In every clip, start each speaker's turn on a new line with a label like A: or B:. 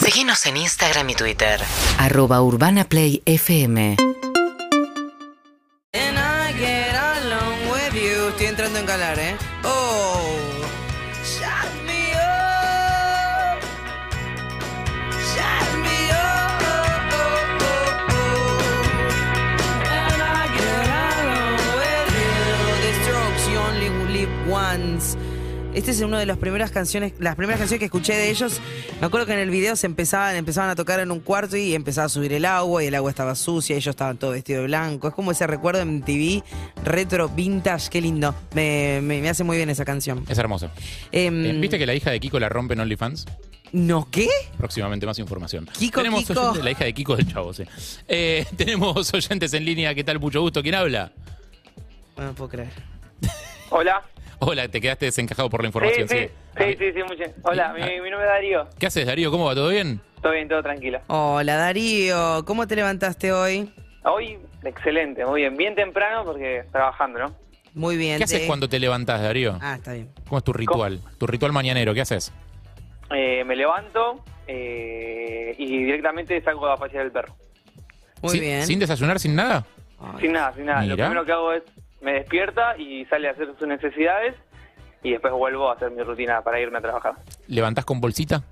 A: Seguinos en Instagram y Twitter.
B: Arroba Urbana Play FM.
C: And I get along with you. Estoy entrando en calar, ¿eh? Oh, shut me up. Shut me up. And I get along with you. The Strokes, you only live once. Este es uno de las primeras canciones, las primeras canciones que escuché de ellos. Me acuerdo que en el video se empezaban, empezaban a tocar en un cuarto y empezaba a subir el agua y el agua estaba sucia, ellos estaban todos vestidos de blanco. Es como ese recuerdo en TV, retro, vintage, qué lindo. Me, me- me hace muy bien esa canción.
D: Es hermoso.
C: Em,
D: Eh, ¿Viste que la hija de Kiko la rompe en OnlyFans?
C: ¿No qué?
D: Próximamente más información.
C: Kiko,
D: tenemos
C: Kiko.
D: oyentes- la hija de Kiko del Chavo, sí. Eh, tenemos oyentes en línea, ¿qué tal? Mucho gusto. ¿Quién habla?
C: Bueno, no puedo creer.
E: Hola.
D: Hola, te quedaste desencajado por la
E: Sí,
D: información, sí.
E: sí, sí, sí, sí, muy bien. Hola, mi, mi nombre es Darío.
D: ¿Qué haces, Darío? ¿Cómo va? ¿Todo bien?
E: Todo bien, todo tranquilo.
C: Hola Darío, ¿cómo te levantaste hoy?
E: Hoy, excelente, muy bien. Bien temprano porque trabajando, ¿no?
C: Muy bien.
D: ¿Qué haces
C: te-
D: cuando te levantás, Darío?
C: Ah, está bien.
D: ¿Cómo es tu ritual? Tu ritual mañanero, ¿qué haces?
E: Eh, me levanto eh, y directamente salgo a pasear el perro.
C: Muy
D: ¿Sin-
C: bien.
D: ¿Sin desayunar, sin nada?
C: Ay.
E: Sin nada, sin nada. Lo
D: Mira.
E: primero que hago es me despierta y sale a hacer sus necesidades y después vuelvo a hacer mi rutina para irme a trabajar.
D: ¿Levantás con bolsita?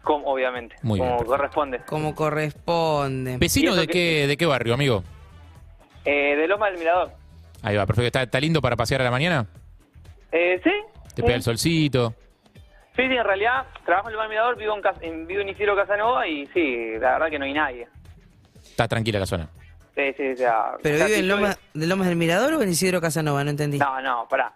E: Como, obviamente,
D: Muy bien,
E: como
D: perfecto.
E: corresponde.
C: Como corresponde.
D: ¿Vecino
E: ¿Y eso
D: de
E: qué-
D: qué, de qué barrio, amigo?
E: Eh, de Loma del Mirador.
D: Ahí va, perfecto. ¿Está, está lindo para pasear a la mañana?
E: Eh, ¿Sí?
D: Te pega
E: sí.
D: el solcito.
E: Sí, sí, en realidad trabajo en el Bar Mirador, vivo en, Cas- en, vivo en Isidro Casanova y sí, la verdad que no hay nadie.
D: Está tranquila la zona.
E: Sí, sí, o sea,
C: ¿Pero
E: casi
C: vive en
E: estoy-
C: Lomas, de Lomas del Mirador o en Isidro Casanova? No entendí.
E: No, no, pará.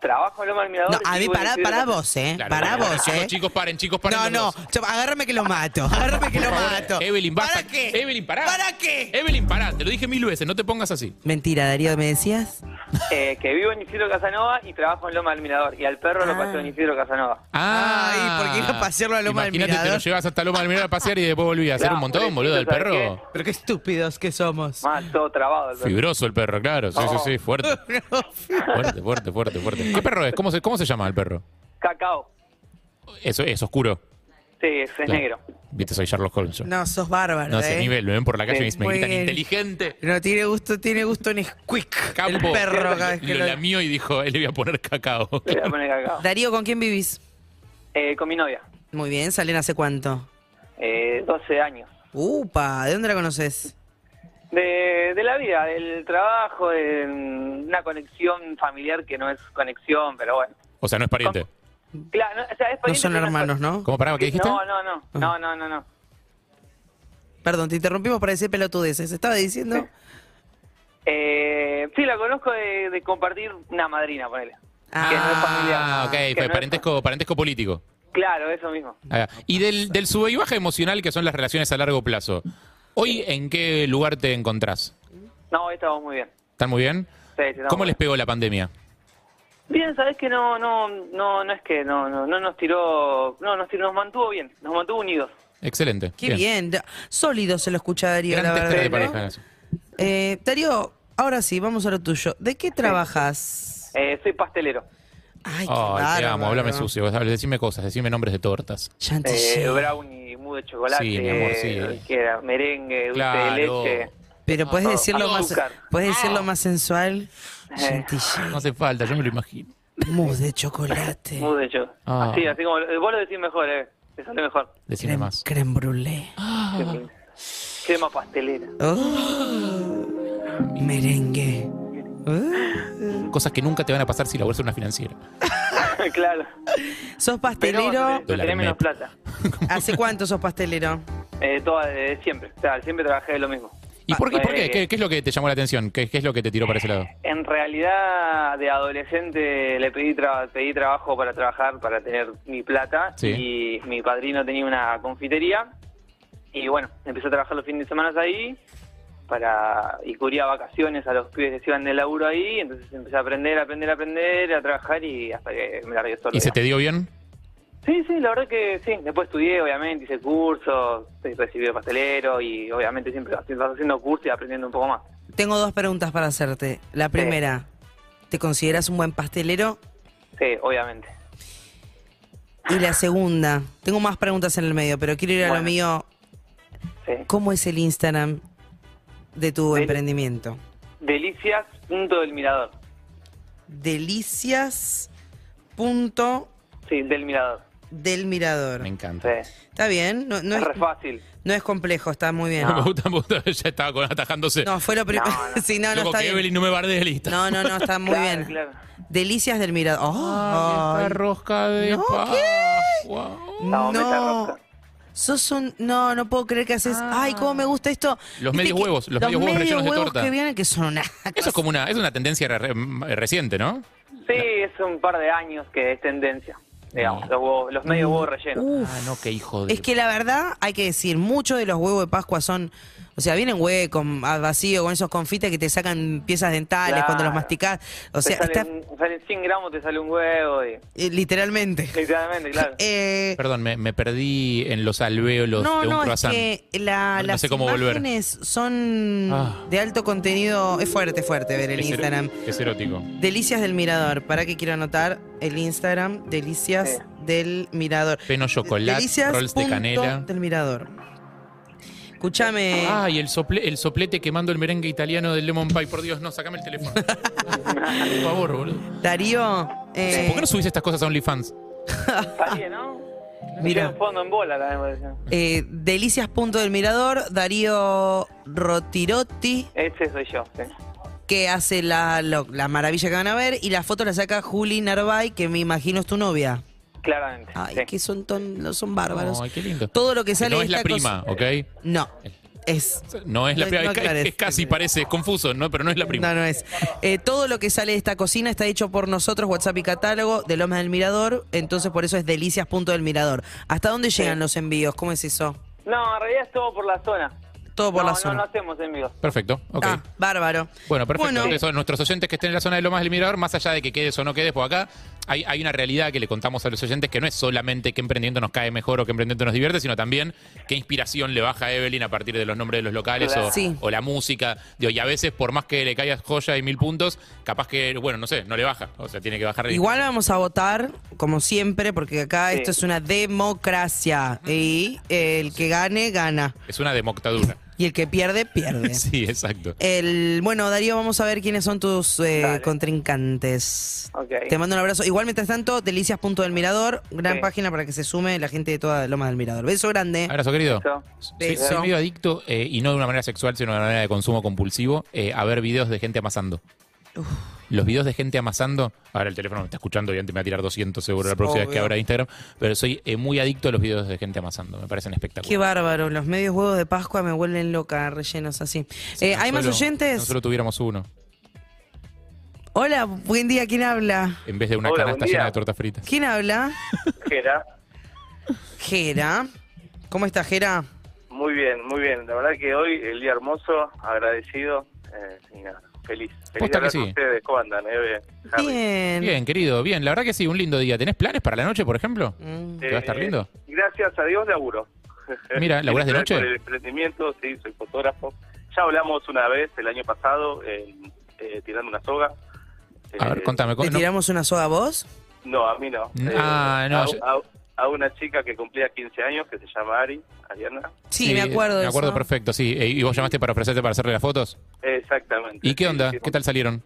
E: Trabajo en Loma del Mirador.
C: No, a
E: y
C: mí,
E: vivo en
C: pará,
E: Isidro
C: pará
E: Casanova.
C: vos, ¿eh?
D: Claro,
C: pará
D: bueno,
C: vos,
D: chicos,
C: ¿eh?
D: Chicos, paren, chicos, paren.
C: No,
D: los
C: no,
D: dos.
C: yo- agárrame que lo mato, agárrame que lo
D: Por favor,
C: mato.
D: Evelyn, basta.
C: ¿Para qué?
D: Evelyn, pará.
C: ¿Para qué?
D: Evelyn, pará. Te lo dije mil veces, no te pongas así.
C: Mentira, Darío, ¿me decías?
E: Eh, que vivo en Isidro Casanova y trabajo en Loma del Mirador. Y al perro
C: Ah.
E: lo paseo en Isidro Casanova.
C: Ay, ¿por qué ir a pasearlo a Loma del
D: Ah, Imagínate, te
C: Mirador?
D: lo llevas hasta Loma del Mirador a pasear y después volví a hacer
E: Claro,
D: un montón,
E: pobrecito,
D: boludo, del
E: ¿sabes
D: perro.
C: Pero qué estúpidos que somos.
E: Más todo trabado el perro.
D: Fibroso el perro, claro. Sí, sí,
E: Oh.
D: sí, fuerte. Fuerte, fuerte, fuerte, fuerte. ¿Qué perro es? ¿Cómo se, cómo se llama el perro?
E: Cacao.
D: Eso es oscuro.
E: Sí, ese es
D: Claro.
E: negro.
D: Viste, soy Sherlock Holmes. yo.
C: No, sos bárbaro,
D: No
C: ¿eh?
D: sé, nivel, me ven por la calle y me- me
C: Muy
D: gritan
C: bien.
D: inteligente.
C: No, tiene gusto, tiene gusto en squick.
D: Capo.
C: El perro cada vez que
D: lo
C: lo-
D: lamió y dijo, le voy a poner cacao.
E: Le voy a poner cacao.
C: Darío, ¿con quién vivís?
E: Eh, con mi novia.
C: Muy bien, ¿salen hace cuánto?
E: Eh, 12 años.
C: Upa, ¿de dónde la conoces?
E: De, de la vida, del trabajo, de mm, una conexión familiar que no es conexión, pero bueno.
D: O sea, no es pariente.
E: Claro, no, o sea, es
C: No
E: pariente,
C: son
E: pero es
C: hermanos, ¿no?
D: ¿Cómo paraba? ¿Qué dijiste? Ah.
E: No, no, no, no, no, no, no.
C: Perdón, te interrumpimos para decir pelotudeces. Estaba diciendo.
E: Eh, sí, la conozco de, de compartir una madrina, ponele. Que no es familiar.
D: Ah, ok,
E: Que
D: fue
E: no es-
D: parentesco, parentesco político.
E: Claro, eso mismo.
D: Ahí va. Y del, del sube y baja emocional que son las relaciones a largo plazo, ¿hoy en qué lugar te encontrás?
E: No, hoy estamos muy bien.
D: ¿Están muy bien?
E: Sí, sí, estamos
D: ¿Cómo
E: muy
D: les pegó la pandemia?
E: bien? Bien, sabes que no, no, no, no es que no, no, no nos tiró, no, nos, tiró- nos mantuvo bien, nos mantuvo unidos.
D: Excelente.
C: Qué bien. da- Sólido se lo escucha Darío, la
D: Gran tester de
C: verdad. ¿no?
D: pareja.
C: Eh, Darío, ahora sí, vamos a lo tuyo. ¿De qué trabajas?
E: Eh, soy pastelero,
C: Ay, qué
D: Ay, te amo,
C: bárbaro.
D: háblame sucio, dale, decime cosas, decime nombres de tortas.
C: Chantilly.
E: eh, brownie, mudo de chocolate,
D: Sí, mi amor, sí.
E: eh, que era merengue, dulce
D: Claro.
E: de leche.
C: Pero puedes
E: Ah,
C: decirlo más,
E: azúcar. Ah.
C: puedes decirlo más sensual.
E: Eh,
D: No
C: Chantilly,
D: hace falta, yo me lo imagino.
C: mousse de chocolate,
E: Mudo de chocolate.
D: Ah.
E: Así, así como, eh, vos lo decís mejor, eh. Te sale mejor.
D: Decime
C: creme,
D: más.
C: creme brulee,
E: Crema pastelera.
C: merengue. Ah.
D: Cosas que nunca te van a pasar si la bolsa es una financiera.
E: claro.
C: ¿Sos
E: Pero eh,
C: pastelero?
E: tenés-
D: Dólar
E: tenés
D: en
E: menos
D: MEP.
E: plata.
C: ¿Hace cuánto sos pastelero?
E: Eh, toda desde siempre. O sea, siempre trabajé de lo mismo.
D: ¿Y por qué?
E: Ah,
D: por qué?
E: eh,
D: ¿Qué, qué es lo que te llamó la atención? ¿Qué, qué es lo que te tiró para ese lado?
E: En realidad, de adolescente le pedí, tra- pedí trabajo para trabajar, para tener mi plata.
D: Sí.
E: Y mi padrino tenía una confitería. Y bueno, empecé a trabajar los fines de semana ahí. Para, y cubría vacaciones a los pibes que se iban del laburo ahí. Entonces empecé a aprender, a aprender, a aprender, a trabajar y hasta que me largué solo.
D: ¿Y se
E: digamos.
D: te dio bien?
E: Sí, sí, la verdad que sí. Después estudié, obviamente, hice cursos, soy recibido de pastelero y obviamente siempre vas vas haciendo cursos y aprendiendo un poco más.
C: Tengo dos preguntas para hacerte. La primera, ¿te consideras un buen pastelero?
E: Sí, obviamente.
C: Y la segunda, tengo más preguntas en el medio, pero quiero ir a lo
E: Bueno.
C: mío.
E: Sí.
C: ¿Cómo es el Instagram de tu
E: Del-
C: emprendimiento?
E: Delicias punto del mirador.
C: Delicias punto
E: Sí, del mirador.
C: del mirador.
D: Me encanta.
E: Sí.
C: Está bien, no, no
E: es re
C: es,
E: fácil.
C: no es complejo, está muy bien.
D: Me
C: No,
D: gusta, me gusta. Ya estaba con, atajándose.
C: fue lo primero.
E: No, no.
C: sí, no, no
D: Loco,
C: está
D: que
C: bien.
D: Evelyn no me barde de lista.
C: No, no, no, está muy
E: Claro,
C: bien.
E: claro.
C: Delicias del mirador. Oh,
D: Ay,
C: ay.
D: esta rosca de
C: No,
D: Pascua.
E: No, me está
C: No.
E: rosca.
C: Sos un. No, no puedo creer que haces. Ay, cómo me gusta esto.
D: Los
C: Viste
D: medios
C: que-
D: huevos, los medios huevos rellenos de
C: huevos
D: torta.
C: que vienen, que son una.
D: Eso
C: cosa-
D: es como una, es una tendencia re- re- reciente, ¿no?
E: Sí, es un par de años que es tendencia. Digamos,
D: No.
E: los, huevos- los medios
C: Mm.
E: huevos rellenos.
C: Uh,
D: Ah, no, qué hijo de.
C: Es que la verdad, hay que decir, muchos de los huevos de Pascua son. O sea, vienen huecos, al vacío, con esos confites que te sacan piezas dentales
E: Claro.
C: cuando los masticás. O sea,
E: te
C: está.
E: salen, salen 100 gramos, te sale un huevo. Y,
C: eh, Literalmente.
E: literalmente, claro.
C: Eh,
D: Perdón, me, me perdí en los alvéolos
C: no,
D: de un
C: no,
D: croissant.
C: es que la,
D: No, no
C: las
D: sé cómo volver.
C: imágenes son
D: Ah.
C: de alto contenido. Es fuerte, fuerte ver el
D: Es ero-
C: Instagram.
D: Es erótico.
C: Delicias del Mirador. ¿Para qué quiero anotar? El Instagram, Delicias
E: Sí.
C: del Mirador.
D: Peno chocolate,
C: Delicias
D: rolls de
C: punto
D: canela.
C: del Mirador. Escúchame.
D: Ah, y el, sople- el soplete quemando el merengue italiano del Lemon Pie. Por Dios, no, sacame el teléfono. Por favor, boludo.
C: Darío. eh,
D: ¿Por qué no subís estas cosas a OnlyFans?
E: Estaría, ¿no?
C: Mira.
E: Mira. fondo en bola, la demoración.
C: eh, Delicias punto del Mirador. Darío Rotirotti,
E: Este soy yo. sí.
C: que hace la, lo- la maravilla que van a ver. Y la foto la saca Juli Narvay, que me imagino es tu novia.
E: Claramente.
C: Ay,
E: sí.
C: que son, ton- son bárbaros.
D: Ay, qué lindo.
C: Todo lo que sale
D: no
C: de
D: es la
C: esta
D: prima,
C: cosa-
D: ¿ok?
C: No, es
D: No es la
C: No,
D: prima.
C: no
D: es ca-
C: aclares.
D: es casi, parece, es confuso, ¿no? Pero no es la prima.
C: No, no es. Eh, todo lo que sale de esta cocina está hecho por nosotros, WhatsApp y catálogo, de Lomas del Mirador, entonces por eso es delicias punto del mirador. ¿Hasta dónde llegan los envíos? ¿Cómo es eso?
E: No, en realidad es todo por la zona.
C: Todo por
E: no,
C: la zona.
E: No, no hacemos envíos.
D: Perfecto, ok.
C: Ah, bárbaro.
D: Bueno, perfecto.
C: Bueno,
D: Entonces, son nuestros oyentes que estén en la zona de Lomas del Mirador, más allá de que quedes o no quedes por acá, hay, hay una realidad que le contamos a los oyentes que no es solamente qué emprendimiento nos cae mejor o qué emprendimiento nos divierte, sino también qué inspiración le baja a Evelyn a partir de los nombres de los locales o,
C: Sí.
D: o la música. Digo, y a veces, por más que le caigas joya y mil puntos, capaz que, bueno, no sé, no le baja. O sea, tiene que bajar.
C: igual vamos a votar, como siempre, porque acá
E: Sí.
C: esto es una democracia. Y eh, el que gane, gana.
D: Es una democtadura.
C: Y el que pierde, pierde.
D: Sí, exacto.
C: El, bueno, Darío, vamos a ver quiénes son tus eh,
E: Dale.
C: contrincantes.
E: Ok.
C: Te mando un abrazo. Igual, mientras tanto, delicias.delmirador, gran
E: Sí.
C: página para que se sume la gente de toda Loma del Mirador. Beso grande.
D: Abrazo, querido.
E: Eso.
D: Soy, soy
C: Beso.
D: medio adicto, eh, y no de una manera sexual, sino de una manera de consumo compulsivo, eh, a ver videos de gente amasando. Los videos de gente amasando. Ahora el teléfono me está escuchando, obviamente me va a tirar 200 seguro la próxima vez que
C: Obvio.
D: abra Instagram. Pero soy eh, muy adicto a los videos de gente amasando. Me parecen
C: Qué
D: espectaculares.
C: bárbaro. Los medios huevos de Pascua me vuelven loca, rellenos así. Eh,
D: Tan
C: ¿Hay más
D: solo-
C: oyentes?
D: tan solo tuviéramos uno.
C: Hola, buen día. ¿Quién habla?
D: En vez de una
E: Hola,
D: canasta
E: buen día.
D: llena de tortas fritas.
C: ¿Quién habla?
F: Jera.
C: Jera. ¿Cómo está, Jera?
F: Muy bien, muy bien. La verdad que hoy, el día hermoso, agradecido eh, y nada, feliz. Feliz
D: Posta
F: de hablar
D: que
F: con
D: sí.
F: ustedes. ¿Cómo andan, Eve, Harry?
C: Bien.
D: Bien, querido, bien. La verdad que sí, un lindo día. ¿Tenés planes para la noche, por ejemplo?
C: Mm.
D: ¿Te va a estar lindo?
F: Eh, Gracias a Dios laburo.
D: Mira, ¿laburás de
F: Estoy
D: noche?
F: Por el emprendimiento, sí, soy fotógrafo. Ya hablamos una vez el año pasado, en, eh, tirando una soga.
D: A ver,
F: Eh,
D: contame.
C: ¿Te
D: no-
C: tiramos una soda a vos?
F: No, a mí no. Eh,
D: Ah, no,
F: a,
D: yo-
F: a- a una chica que cumplía 15 años, que se llama Ari, Ariana.
C: Sí, me acuerdo.
D: Me
C: de
D: acuerdo
C: eso.
D: perfecto, sí. Eh, ¿Y vos llamaste para ofrecerte para hacerle las fotos?
F: Exactamente.
D: ¿Y qué
F: Sí,
D: onda?
F: sí,
D: ¿Qué tal salieron?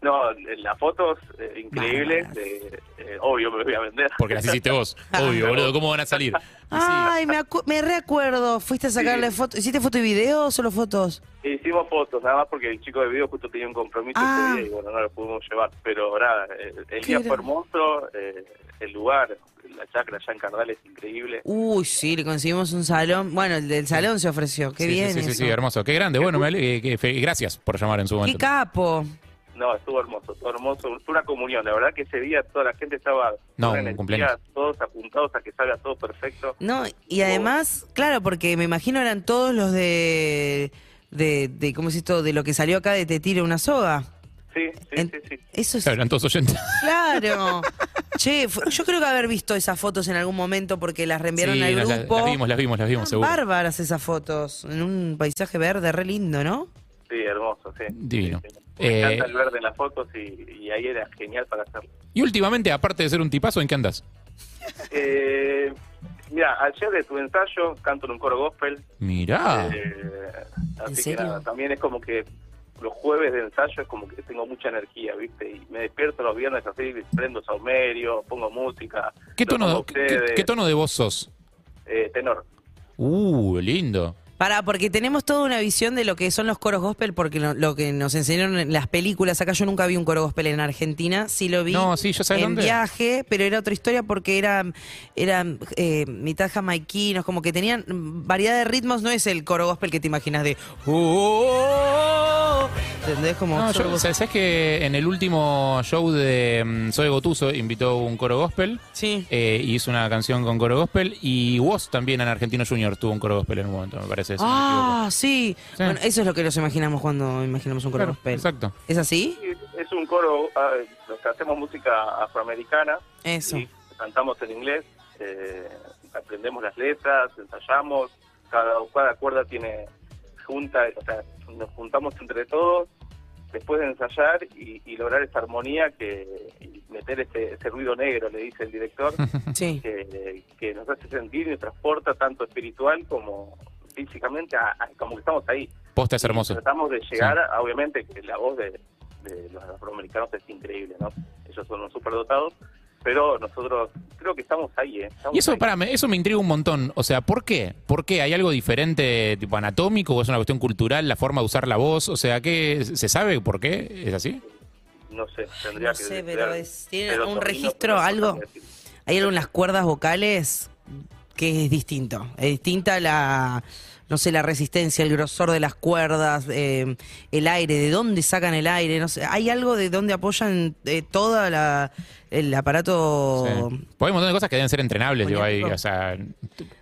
F: No, eh, las fotos eh, increíbles.
C: Bárbaras.
F: eh, eh, obvio, me voy a vender.
D: Porque las hiciste vos.
C: Ah.
D: Obvio, boludo. ¿Cómo van a salir? Y sí.
C: Ay, me, acu- me reacuerdo. ¿Fuiste a sacarle
F: Sí.
C: fotos? ¿Hiciste foto y video o solo fotos?
F: Hicimos fotos, nada más porque el chico de video justo tenía un compromiso
C: Ah.
F: ese día y bueno, no lo pudimos llevar. Pero nada, eh, el,
C: Qué
F: día fue
C: gran-
F: hermoso, eh, el lugar, la chacra allá en Cardal es increíble.
C: Uy, sí, le conseguimos un salón. Bueno, el del salón se ofreció. Qué
D: Sí, sí,
C: bien.
D: Sí, sí, sí,
C: eso.
D: hermoso. Qué grande. Bueno, me ale- eh, que fe- gracias por llamar en su
C: Qué
D: momento.
C: capo.
F: No, estuvo hermoso, estuvo hermoso. Fue una comunión, la verdad que ese día toda la gente estaba
D: No,
F: con
D: un
F: energía,
D: cumpleaños.
F: todos apuntados a que salga todo perfecto.
C: No, y además, claro, porque me imagino eran todos los de, de, de- ¿cómo es esto? De lo que salió acá de Te tiro una soga.
F: Sí, sí,
C: En-
F: sí, sí.
C: Eso es
D: Claro, eran todos oyentes.
C: claro. che, fu- yo creo que haber visto esas fotos en algún momento porque las reenviaron
D: Sí,
C: al
D: nos- las-
C: grupo. Ah,
D: las vimos, las vimos, las vimos,
C: Eran
D: seguro.
C: Bárbaras esas fotos, en un paisaje verde re lindo, ¿no?
F: Sí, hermoso, sí.
D: Divino.
F: Sí, sí. Me
D: Eh,
F: encanta el verde en las fotos y, y ahí era genial para hacerlo.
D: Y últimamente, aparte de ser un tipazo, ¿en qué andas?
F: Eh, mira, ayer estuve en ensayo, canto en un coro gospel.
D: Mirá.
F: eh, así
B: serio?
F: que nada, también es como que los jueves de ensayo es como que tengo mucha energía, ¿viste? Y me despierto los viernes así, prendo saumerio, pongo música.
D: ¿Qué
F: los
D: tono,
F: pongo a
D: qué, qué-
F: ustedes,
D: qué tono de voz sos?
F: eh, tenor.
D: Uh, lindo.
C: Pará, porque tenemos toda una visión de lo que son los coros gospel, porque lo, lo que nos enseñaron en las películas, acá yo nunca vi un coro gospel en Argentina, sí lo vi
D: No, sí, yo sabés
C: en
D: dónde.
C: viaje, pero era otra historia porque era, era eh, mitad jamaiquinos, como que tenían variedad de ritmos, no es el coro gospel que te imaginas de... "Oh, oh, oh", ¿Entendés? Como
D: No,
C: solo
D: yo,
C: vos-
D: ¿sabes que en el último show de mm, Zoe Gotuso invitó un coro gospel?
C: Sí.
D: eh, y hizo una canción con coro gospel y Woz también en Argentino Junior tuvo un coro gospel en un momento, me parece. si no me
C: Ah, sí.
D: Sí.
C: Bueno, eso es lo que nos imaginamos cuando imaginamos un coro
D: Claro,
C: gospel.
D: exacto.
C: ¿Es así?
F: Sí, Es un coro, ah, los que hacemos música afroamericana.
C: Eso.
F: Sí, cantamos en inglés, eh, aprendemos las letras, ensayamos, cada, cada cuerda tiene junta, o sea, nos juntamos entre todos después de ensayar y, y lograr esta armonía que y meter este, ese, ese ruido negro, le dice el director,
C: Sí.
F: que, que nos hace sentir y nos transporta tanto espiritual como físicamente, a- a- como que estamos ahí.
D: equivoco. Posta es hermoso.
F: Tratamos de llegar, a- obviamente, que la voz de, de los afroamericanos es increíble, ¿no? Ellos son unos superdotados, pero nosotros creo que estamos ahí, ¿eh? Estamos
D: Y eso,
F: ahí.
D: para eso me intriga un montón. O sea, ¿por qué? ¿Por qué? ¿Hay algo diferente, tipo anatómico, o es una cuestión cultural, la forma de usar la voz? O sea, ¿qué, ¿se sabe por qué es así?
F: No sé, tendría
C: No
F: que...
C: sé,
F: estudiar
C: pero es- tiene
F: pero
C: un
F: Torino,
C: registro,
F: pero no
C: algo.
F: sabría decir.
C: Hay algo en las cuerdas vocales que es distinto. Es distinta la, no sé, la resistencia, el grosor de las cuerdas, eh, el aire, de dónde sacan el aire. No sé, hay algo de dónde apoyan eh, toda la el aparato.
D: Sí. Pues hay un montón de cosas que deben ser entrenables, digo, hay,
C: Fonético.
D: o sea,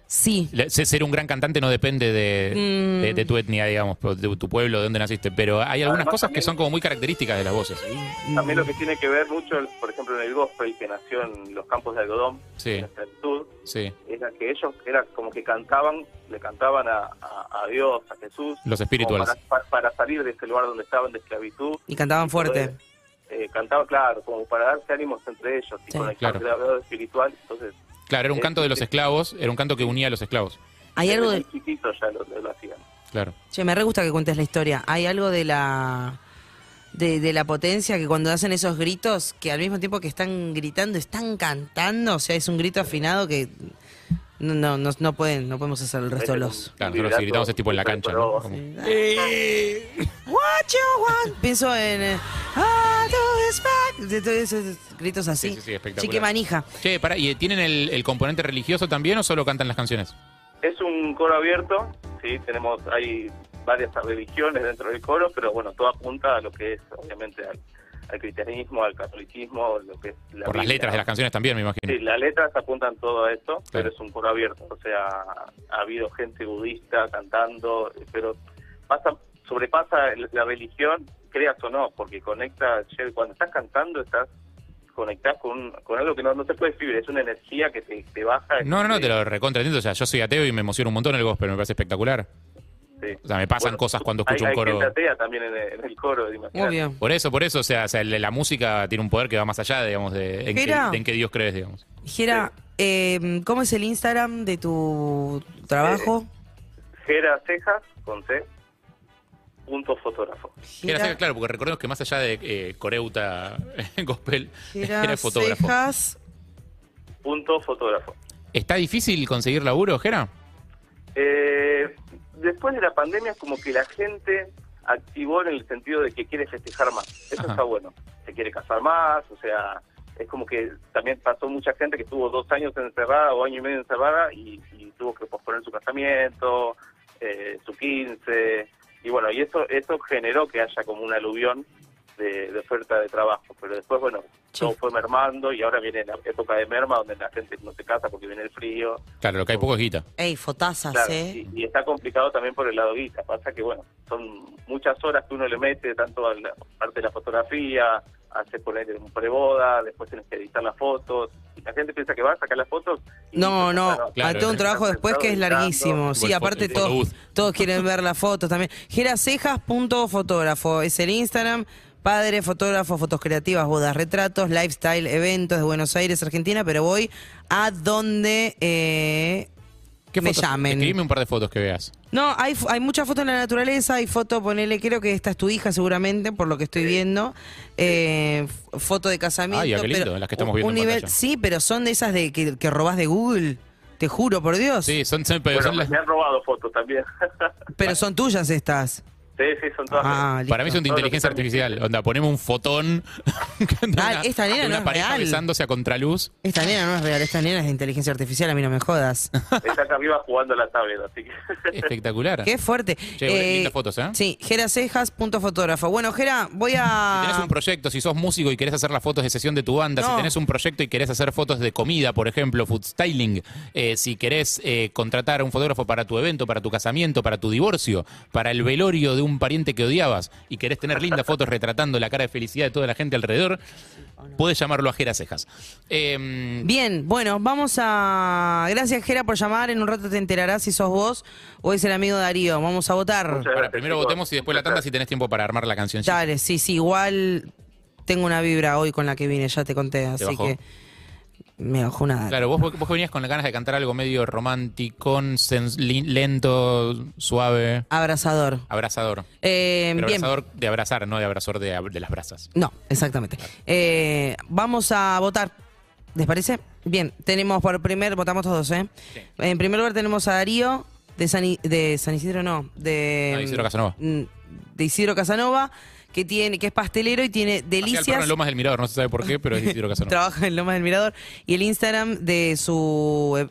C: Sí.
D: le- se- ser un gran cantante no depende de, de- de tu etnia, digamos, o de tu pueblo, de dónde naciste, pero hay algunas
F: Además,
D: cosas que
F: también-
D: son como muy características de las voces.
F: También lo que tiene que ver mucho, el- por ejemplo, en el gospel, que nació en los campos de algodón,
D: Sí.
F: en la esclavitud,
D: Sí,
F: era que ellos era como que cantaban, le cantaban a, a- a Dios, a Jesús.
D: Los espirituales.
F: como Para, pa- para salir de ese lugar donde estaban de esclavitud.
C: Y cantaban fuerte.
F: Eh, cantaba, claro, como para darse ánimos entre ellos y
C: Sí.
F: conectar
D: Claro.
F: con el lado espiritual. Entonces,
D: claro, era un canto de los esclavos, era un canto que unía a los esclavos,
C: Hay algo de.
F: desde muy chiquito ya lo, lo- lo hacían.
D: claro.
C: Che, me re gusta que cuentes la historia. Hay algo de la. De, de la potencia que cuando hacen esos gritos, que al mismo tiempo que están gritando, están cantando, o sea, es un grito afinado que no, no, no, no pueden, no podemos hacer el resto de los.
D: Claro, nosotros si gritamos es tipo en la cancha, ¿no?
F: Pero-
D: Como-
C: What you want? Pienso en eh, I do expect- de todos esos gritos así.
D: Sí, sí, sí, espectacular.
C: Chiqui manija.
D: Che, pará, ¿y tienen el, el componente religioso también o solo cantan las canciones?
F: Es un coro abierto, sí, tenemos, hay varias religiones dentro del coro, pero bueno, todo apunta a lo que es, obviamente, al, al cristianismo, al catolicismo, lo que es la
D: Por las
F: Biblia,
D: letras
F: ¿no?
D: de las canciones también, me imagino.
F: Sí, las letras apuntan todo a esto, pero
D: Claro.
F: es un coro abierto. O sea, ha habido gente budista cantando, pero pasa, sobrepasa el- la religión, creas o no, porque conecta, che, cuando estás cantando estás conectás con, con algo que no, no se puede escribir, es una energía que te, te baja.
D: No, no, no,
F: que-
D: te lo recontra entiendo. O sea, yo soy ateo y me emociona un montón el gospel, me parece espectacular.
F: sí.
D: O sea, me pasan
F: este, Bueno,
D: cosas cuando escucho
F: hay,
D: un coro.
F: Hay gente atea también en el, en el coro, imagínate.
C: Obvio.
D: Por eso, por eso, o sea, o sea, la la música tiene un poder que va más allá, digamos, de en, que,
C: Mira.
D: de en qué Dios crees, digamos.
C: Jera, eh, ¿cómo es el Instagram de tu trabajo?
D: Eh,
F: Jera Cejas, con C, punto fotógrafo.
D: Era
C: Jera-
D: cejas, claro, porque recordemos que más allá de eh, coreuta gospel,
C: Jera
D: era fotógrafo.
C: Cejas.
F: Punto fotógrafo.
D: ¿Está difícil conseguir laburo, Jera?
F: Eh, después de la pandemia es como que la gente activó en el sentido de que quiere festejar más. Eso
D: Ajá.
F: está bueno. Se quiere casar más, o sea, es como que también pasó mucha gente que estuvo dos años encerrada o año y medio encerrada y, y tuvo que posponer su casamiento, eh, su 15. Y bueno, y eso, eso generó que haya como un aluvión de, de oferta de trabajo. Pero después, bueno,
C: Sí.
F: todo fue mermando y ahora viene la época de merma donde la gente no se casa porque viene el frío.
D: Claro, lo que hay poco es guita.
C: Ey, fotazas,
F: Claro,
C: ¿eh?
F: y, y está complicado también por el lado guita. Pasa que, bueno, son muchas horas que uno le mete, tanto a la parte de la fotografía, hace poner un preboda, después tienes que editar las fotos. Y la gente piensa que va a sacar las fotos. y
C: No,
F: se
C: no,
F: sacaron.
D: Claro,
C: tengo un trabajo después que es
F: Editando.
C: larguísimo. Sí,
D: el fo-
C: aparte
D: el photobooth.
C: todos, todos quieren ver las fotos también. Geracejas.fotógrafo es el Instagram. Padre, fotógrafo, fotos creativas, bodas, retratos, lifestyle, eventos de Buenos Aires, Argentina, pero voy a donde eh,
D: ¿Qué
C: me
D: fotos?
C: llamen.
D: Escribime un par de fotos que veas.
C: No, hay, f- hay muchas fotos en la naturaleza, hay foto, ponele, creo que esta es tu hija seguramente, por lo que estoy viendo. Eh, f- foto de casamiento.
D: Ay, ah, qué lindo,
C: pero
D: las que estamos
C: un-
D: viendo
C: un
D: en
C: nivel-
D: pantalla.
C: Sí, pero son de esas de que, que robás de Google, te juro, por Dios.
D: Sí, son, son- pero
F: Bueno,
D: son las-
F: me han robado fotos también.
C: Pero son tuyas estas.
F: sí, sí, son todas.
C: Ah,
D: para mí
C: listo.
D: son de inteligencia artificial. Onda, ponemos un fotón de una,
C: Ah, esta nena
D: de una
C: no es
D: pareja
C: real.
D: besándose a contraluz.
C: Esta nena no es real, esta nena es de inteligencia artificial, a mí no me jodas.
F: Está acá arriba jugando a la tablet, así que.
D: Espectacular.
C: Qué fuerte.
D: Che, bueno, lindas fotos, ¿eh?
C: Sí, Gera Cejas, punto fotógrafo. Bueno, Gera, voy a...
D: Si tenés un proyecto, si sos músico y querés hacer las fotos de sesión de tu banda,
C: No.
D: si tenés un proyecto y querés hacer fotos de comida, por ejemplo, food styling, eh, si querés eh, contratar a un fotógrafo para tu evento, para tu casamiento, para tu divorcio, para el velorio de un pariente que odiabas y querés tener lindas fotos retratando la cara de felicidad de toda la gente alrededor, puedes llamarlo a Jera Cejas. Eh,
C: Bien, bueno, vamos a. Gracias, Jera, por llamar. En un rato te enterarás si sos vos o es el amigo Darío. Vamos a votar.
F: Muchas
D: para, primero
F: chicos.
D: votemos y después la tanda si tenés tiempo para armar la canción.
C: Dale, sí, sí, igual tengo una vibra hoy con la que vine, ya te conté, así
D: bajó?
C: que. Me bajó una.
D: Claro, vos, vos venías con las ganas de cantar algo medio romántico, sens- li- lento, suave,
C: Abrazador.
D: abrazador.
C: Eh,
D: Pero
C: bien.
D: abrazador de abrazar, no de abrazador de, ab- de las brasas.
C: No, exactamente. Eh, vamos a votar. ¿Les parece? Bien, tenemos por primer, votamos todos, ¿eh? En primer lugar tenemos a Darío de San, I- de San Isidro, no, de,
D: No, Ah, de Isidro Casanova.
C: Mm, De Isidro Casanova, que tiene, que es pastelero y tiene
D: Hacía el perro
C: delicias.
D: en Lomas del Mirador, no se sabe por qué, pero es Isidro Casanova.
C: Trabaja en Lomas del Mirador y el Instagram de su eh,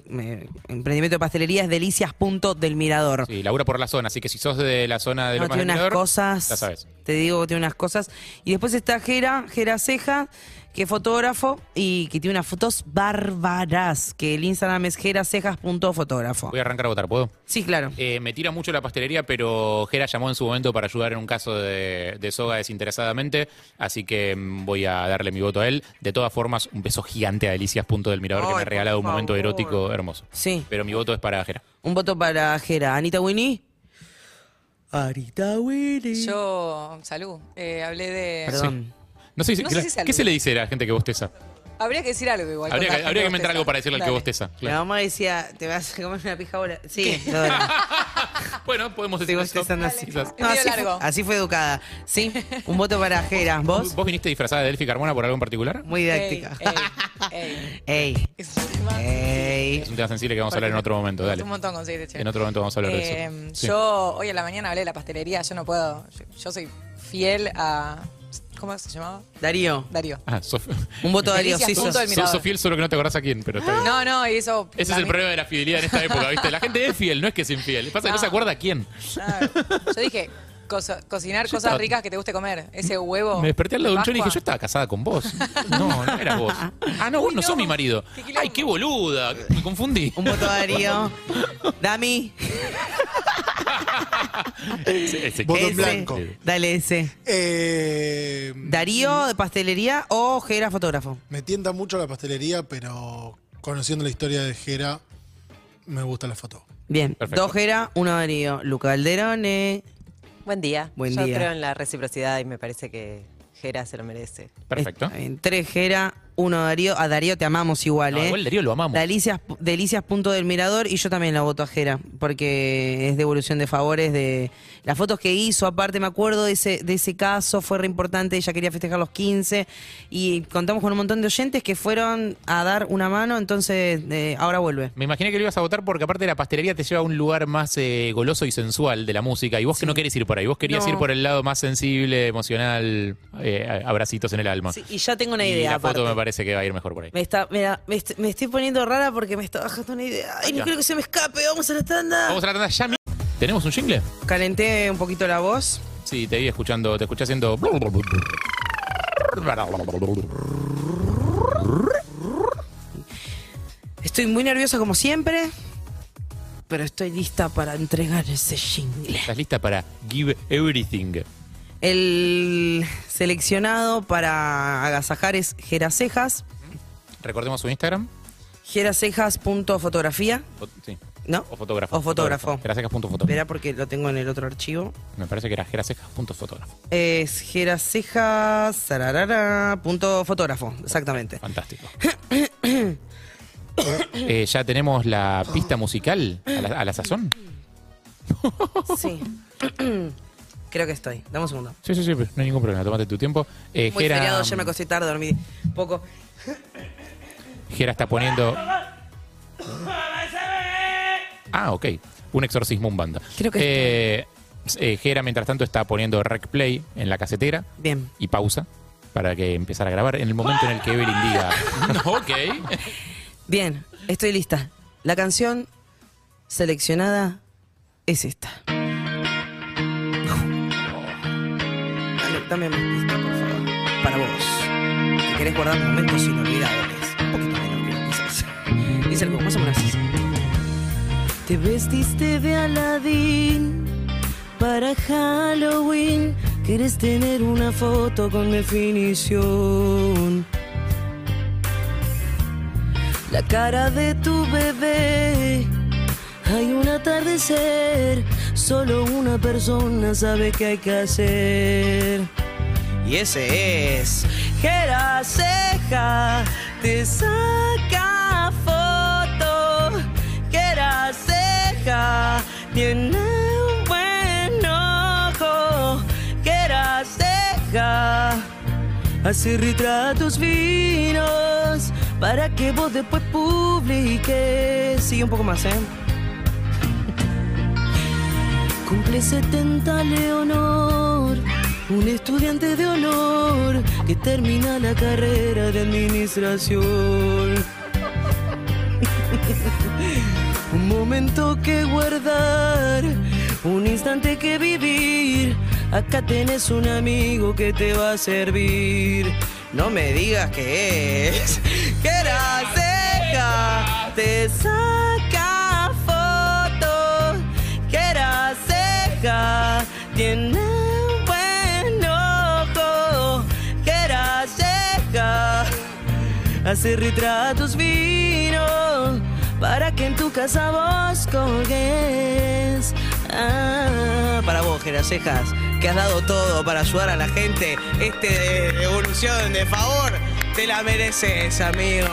C: eh, emprendimiento de pastelería es delicias.delmirador.
D: Sí, labura por la zona, así que si sos de la zona de
C: No,
D: Lomas
C: tiene
D: del
C: unas
D: Mirador,
C: cosas.
D: ya sabes.
C: Te digo que tiene unas cosas. Y después está Jera, Jera Ceja, que es fotógrafo y que tiene unas fotos bárbaras. Que el Instagram es jeracejas.fotógrafo.
D: Voy a arrancar a votar, ¿puedo?
C: Sí, claro.
D: Eh, me tira mucho la pastelería, pero Jera llamó en su momento para ayudar en un caso de, de soga desinteresadamente, así que mm, voy a darle mi voto a él. De todas formas, un beso gigante a Delicias Punto del Mirador,
C: Ay,
D: que me ha
C: por
D: regalado un momento
C: favor.
D: erótico hermoso.
C: Sí.
D: Pero mi voto es para Jera.
C: Un voto para Jera. Anita Winnie. Anita Winnie.
G: Yo, salud, eh, hablé de...
C: Perdón.
D: No sé, si-
G: No
D: ¿qué,
G: sé si se
D: qué se le dice a la gente que bosteza?
G: Habría que decir algo igual.
D: Habría que,
G: con la gente
D: habría que inventar
G: bosteza.
D: algo para decirle al que
G: Dale.
D: bosteza.
C: La
D: claro.
C: mamá decía, te vas a comer una pija ahora. Sí, lo de-
D: Bueno, podemos
C: Sí,
D: decir
C: vos
D: eso.
C: estás así.
D: Quizás.
C: No, así, fue,
G: largo.
C: así fue educada. Sí, un voto para Jera. ¿Vos?
D: ¿Vos viniste disfrazada de Delphi Carmona por algo en particular?
C: Muy
G: Ey,
C: didáctica.
G: ey, ey.
C: Ey,
G: Es un tema-
C: ey.
D: Es un tema sensible que vamos a hablar en otro momento, dale.
G: Un montón con siete, che.
D: En otro momento vamos a hablar de
G: Eh,
D: eso. Sí.
G: Yo hoy en la mañana hablé de la pastelería, yo no puedo. Yo, yo soy fiel a. ¿Cómo se llamaba?
C: Darío.
G: Darío.
D: Ah, sos,
C: Un voto de Darío.
G: Delicias
C: Sí,
G: punto
C: sos-
G: del
D: sos,
G: mirador.
D: sos fiel solo que no te acordás a quién, pero está bien.
G: No, no, y eso.
D: Ese es
G: para
D: el
G: mí-
D: problema de la fidelidad en esta época, ¿viste? La gente es fiel, no es que es infiel. Pasa que no,
G: No.
D: se acuerda a quién.
G: No, Yo dije, cosa- cocinar
D: Yo
G: cosas
D: estaba-
G: ricas que te guste comer. Ese huevo.
D: Me desperté al lado de un chon y dije, yo
G: Pascua.
D: estaba casada con vos. No, no eras vos. Ah, no, vos
G: Uy,
D: no
G: no.
D: sos mi marido.
G: Qué quilombo.
D: Ay, qué boluda. Me confundí.
C: Un voto a Darío. Dami.
D: Ese- ese-
H: Voto en
C: ese.
H: blanco.
C: Dale ese.
H: Eh,
C: Darío de pastelería o Jera fotógrafo.
H: Me tienta mucho la pastelería, pero conociendo la historia de Jera, me gusta la foto.
C: Bien.
D: Perfecto.
C: Dos Jera, uno Darío. Luca Alderone.
I: Buen día.
C: Buen
I: Yo
C: día.
I: creo en la reciprocidad y me parece que Jera se lo merece.
D: Perfecto.
C: Está bien. Tres Jera, uno Darío. A Darío te amamos igual,
D: No,
C: ¿eh?
D: igual Darío lo amamos.
C: Delicias, delicias punto del mirador y yo también la voto a Jera porque es devolución de favores de las fotos que hizo aparte me acuerdo de ese de ese caso fue re importante ella quería festejar los 15 y contamos con un montón de oyentes que fueron a dar una mano entonces eh, ahora vuelve
D: Me imaginé que lo ibas a votar porque aparte la pastelería te lleva a un lugar más eh, goloso y sensual de la música y vos que no querés ir por ahí, vos querías
C: No.
D: ir por el lado más sensible, emocional, eh, abracitos en el alma.
C: Sí, y ya tengo una
D: y
C: idea
D: la foto
C: aparte.
D: me parece que va a ir mejor por ahí.
C: me está mira, me, est- me estoy poniendo rara porque me está bajando una idea ay no
D: Ya.
C: quiero que se me escape vamos a la tanda
D: Vamos a la tanda ya. mi- ¿Tenemos un jingle?
C: calenté un poquito la voz
D: Sí, te vi escuchando, te escuché haciendo...
C: estoy muy nerviosa como siempre pero estoy lista para entregar ese jingle
D: ¿Estás lista para Give Everything?
C: El seleccionado para agasajar es Geracejas,
D: Recordemos su Instagram.
C: geracejas.fotografía.
D: O- Sí.
C: ¿No?
D: O fotógrafo.
C: O fotógrafo.
D: Gerasejas.fotógrafo.
C: Espera porque lo tengo en el otro archivo.
D: Me parece que era gerasejas.fotógrafo.
C: Es geracejas, sararara, punto fotógrafo, exactamente.
D: Fantástico. Eh, ya tenemos la pista musical a la, a la sazón.
C: Sí. Creo que estoy. Dame un segundo. um,
D: Sí, sí, sí, pero no hay ningún problema. Tómate tu tiempo. Eh,
C: Muy
D: Gera-
C: feriado, ayer me acosté tarde, dormí poco.
D: Gera está poniendo. Ah, ok. Un exorcismo, un banda.
G: Creo que
D: Eh, eh, Gera, mientras tanto, está poniendo rec play en la casetera
C: Bien.
D: y pausa para que empezar a grabar en el momento en el que Evelyn diga. ok.
C: Bien, estoy lista. La canción seleccionada es esta. Dale, dame más pista, por favor. Para vos. Que querés guardar momentos inolvidables. Un poquito menos que lo quizás. Dice algo más o menos así. Te vestiste de Aladín para Halloween. Querés tener una foto con definición. La cara de tu bebé. Hay un atardecer, solo una persona sabe qué hay que hacer. Y ese es Gera Ceja, te saca foto. Gera Ceja, tiene un buen ojo. Gera Ceja. Hace retratos finos para que vos después publiques. Sigue un poco más, ¿eh? Cumple 70 Leonor, un estudiante de honor que termina la carrera de administración. Un momento que guardar, un instante que vivir. Acá tenés un amigo que te va a servir. No me digas que es, que la ceja te saca foto, que la ceja tiene un buen ojo, que la ceja hacer retratos vino para que en tu casa vos colgues. Ah, para vos, Geracejas, que has dado todo para ayudar a la gente, este de evolución de favor, te la mereces, amigo.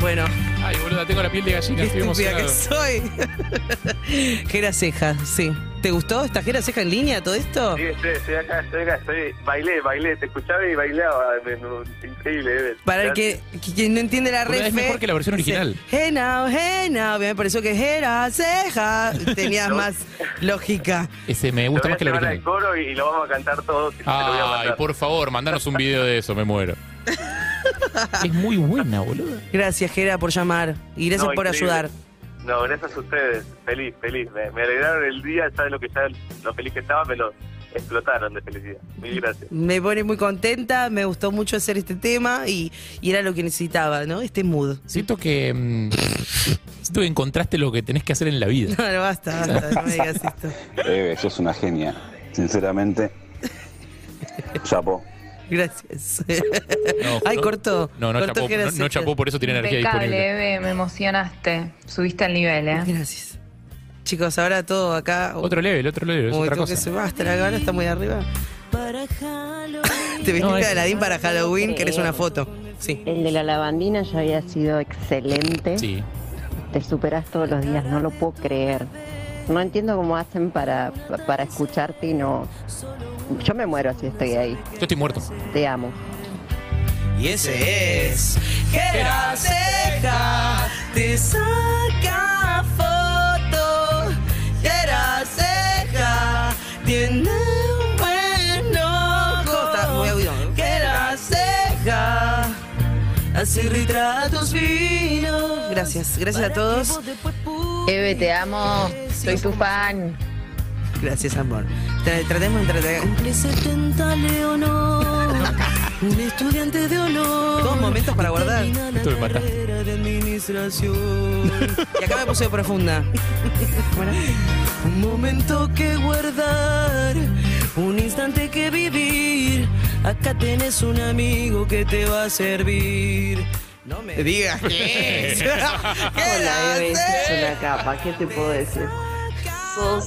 C: Bueno,
D: Ay, boluda, tengo la piel de gallina.
C: qué
D: Estoy
C: estúpida que
D: emocionado.
C: soy. Geracejas, sí. ¿Te gustó esta Geraceja en línea todo esto?
F: Sí, estoy, estoy acá, estoy acá, estoy, bailé, bailé, te escuchaba y bailaba, me- me- increíble. eh. Evel.
C: Para el que, quien no entiende la
D: Boluda,
C: red.
D: es mejor que la versión original.
C: Hey now, hey now. Me pareció que era ceja. Tenías más lógica.
D: Ese me
F: Te
D: gusta
F: voy a
D: más que la
F: llevar al
D: original.
F: coro y lo vamos a cantar todos y te lo voy a
D: Ay,
F: mandar.
D: por favor, mandanos un video de eso, me muero. Es muy buena, boluda.
C: Gracias, Gera, por llamar. Y gracias
F: No,
C: por
F: increíble.
C: ayudar.
F: No, gracias a ustedes. Feliz, feliz. Me, me alegraron el día, ya lo que ya lo feliz que estaba, me lo explotaron de felicidad. Mil gracias.
C: Me pone muy contenta. Me gustó mucho hacer este tema y, y era lo que necesitaba, ¿no? Este mood.
D: Siento que. mm, siento que encontraste lo que tenés que hacer en la vida.
C: No, no, basta, basta. No me digas esto.
J: Eve, sos Eh, una genia. Sinceramente, chapo.
C: Gracias.
D: No,
C: Ay,
D: no-
C: cortó.
D: No, no
C: cortó
D: chapó,
C: Gera
D: no, no
C: Ceja.
D: chapó, por eso tiene energía disponible.
K: Impecable, Eve, me emocionaste. Subiste el nivel, ¿eh?
C: Gracias. Chicos, ahora todo acá.
D: Otro level, otro level, es
C: Uy,
D: otra
C: tengo que
D: cosa.
C: subir hasta la gana, está muy arriba. Te vestiste
D: No, es-
C: de Aladín para Halloween, querés una foto. Sí.
K: El de la lavandina ya había sido excelente.
D: Sí.
K: Te superás todos los días, no lo puedo creer. No entiendo cómo hacen para, para escucharte y no. Yo me muero si estoy ahí.
D: Yo estoy muerto.
K: Te amo.
C: Y ese es Gera Ceja, te saca foto. Gera Ceja, tiene un buen ojo. ¿eh? Gera Ceja, hace retratos finos. Gracias, gracias a todos.
K: Eve, te amo. Soy tu fan.
C: Gracias, amor. Tra- tratemos de tratar. Cumple 70 Leonor, un estudiante de honor. Dos momentos para guardar.
D: Esto me mata.
C: Y acá me puse profunda. Un momento que guardar, un instante que vivir. Acá tenés un amigo que te va a servir. No me digas qué es. ¿Qué
G: Hola, Eve,
C: haces?
G: es una capa, ¿qué te puedo decir? Sos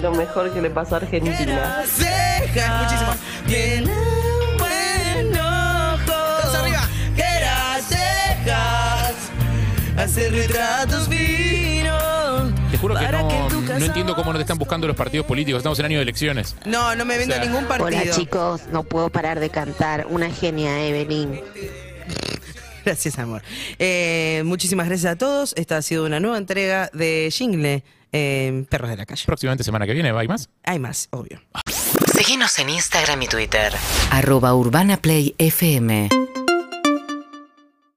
G: lo mejor que le pasó a Argentina.
C: Ceja, muchísimo. Tiene un buen ojo. Todos arriba. Que las cejas hace retratos finos.
D: Te juro que
C: Para
D: no,
C: que tu
D: no
C: casa
D: entiendo cómo no te están buscando los partidos políticos. Estamos en año de elecciones.
C: No, no me vendo
D: O sea,
C: ningún partido.
G: Hola chicos, no puedo parar de cantar. Una genia, Evelyn.
C: Gracias, amor. Eh, muchísimas gracias a todos. Esta ha sido una nueva entrega de Jingle, eh, Perros de la Calle.
D: Próximamente semana que viene, ¿hay más?
C: Hay más, obvio.
B: Síguenos en Instagram y Twitter. Arroba Urbana Play FM.